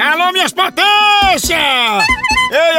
Atenção, minhas potências! Ei,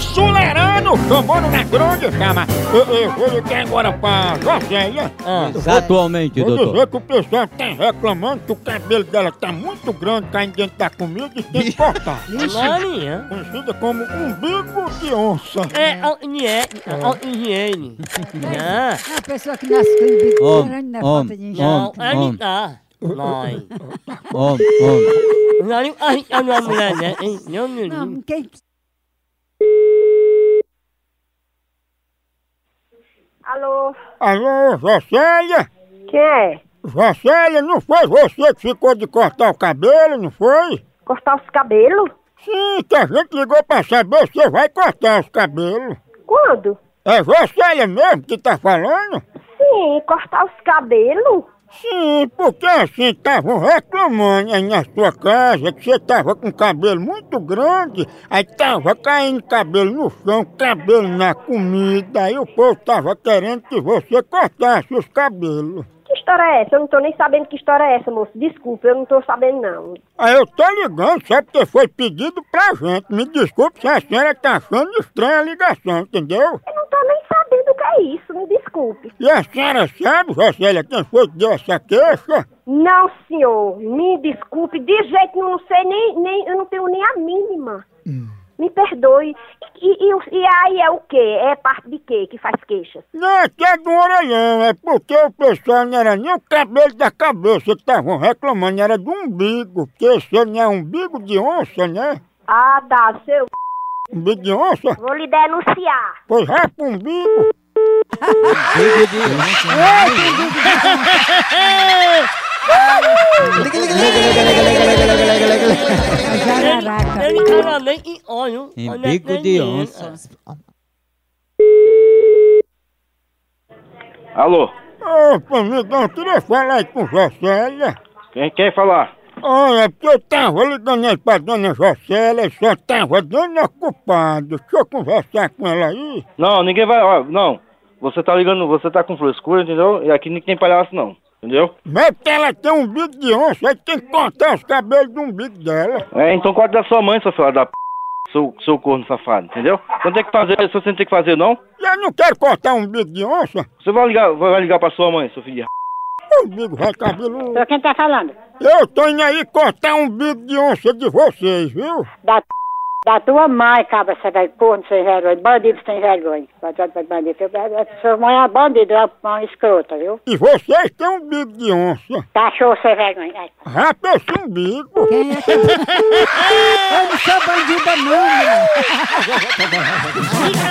Sulerano, chamando na grande, chama. Eu, eu vou ligar agora pra Josélia. Ah. Atualmente, Vou doutor. dizer que o pessoal tá reclamando que o cabelo dela tá muito grande, caindo dentro da comida e tem que cortar. Maria. Conhecida como umbigo de onça. É higiene. Não, É uma pessoa que nasce com o bico Homem, grande na homem, falta de engenho. homem. não, é Homem. mitar. Nós. Homem, homem. Nós não arriscamos uma mulher, né? hein? Não, meu Deus. Não, quem... Alô, Alô, Jocélia? quem é? Jocélia, não foi você que ficou de cortar o cabelo, não foi? Cortar os cabelos? Sim, que a gente ligou pra saber se você vai cortar os cabelos. Quando? É Jocélia mesmo que tá falando? Sim, cortar os cabelos? Sim, porque assim estavam reclamando aí na sua casa que você tava com cabelo muito grande, aí tava caindo cabelo no chão, cabelo na comida, aí o povo tava querendo que você cortasse os cabelos. Que história é essa? Eu não tô nem sabendo que história é essa, moço. Desculpa, eu não tô sabendo não. Aí eu tô ligando só porque foi pedido pra gente. Me desculpe se a senhora tá achando estranha a ligação, entendeu? Eu não tô nem sabendo o que é isso, me desculpe. E a senhora sabe, Jocélia, quem foi que deu essa queixa? Não, senhor, me desculpe, de jeito nenhum, não sei nem, nem, eu não tenho nem a mínima. Me perdoe. E, e- e o- e aí é o quê? É parte de quê que faz queixas? Não, é que é do orelhão, é porque o pessoal não era nem o cabelo da cabeça que estavam reclamando, era do umbigo, porque se não é umbigo de onça, né? Ah, dá, seu... Umbigo de onça? Vou lhe denunciar. Pois vai pro umbigo. É jararaca! Ele tava nem em óleo. Em olha, bico nem de dinheiro. onça. Alô, Ô, amigão, eu queria falar aí com Jocélia. quem é quer falar? Olha, porque eu tava ligando aí pra dona Jocélia, só tava dando ocupado. Deixa eu conversar com ela aí. Não, ninguém vai. Ó, não, você tá ligando, você tá com frescura, entendeu? E aqui ninguém tem palhaço, não, entendeu? Mas porque ela tem um umbigo de onça, aí tem que cortar os cabelos do umbigo dela. É, então corta da sua mãe, sua filha da p. Seu, seu corno safado, entendeu? Você não tem que fazer isso, você não tem que fazer, não? E eu não quero cortar um umbigo de onça. Você vai ligar, vai vai ligar pra sua mãe, seu filho de r****. Umbigo vai cabeludo. Quem tá falando? Eu tô indo aí cortar um bico de onça de vocês, viu? Da, t- da tua mãe, cabra, você vai corno sem vergonha, bandido sem vergonha. Bandido, bandido. Eu- eu- eu- Sua mãe é bandido, é uma escrota, viu? E vocês têm um bico de onça. Cachorro sem vergonha. Ai, Rapa esse um umbigo. Quem é que... Eu não sou bandida não, meu.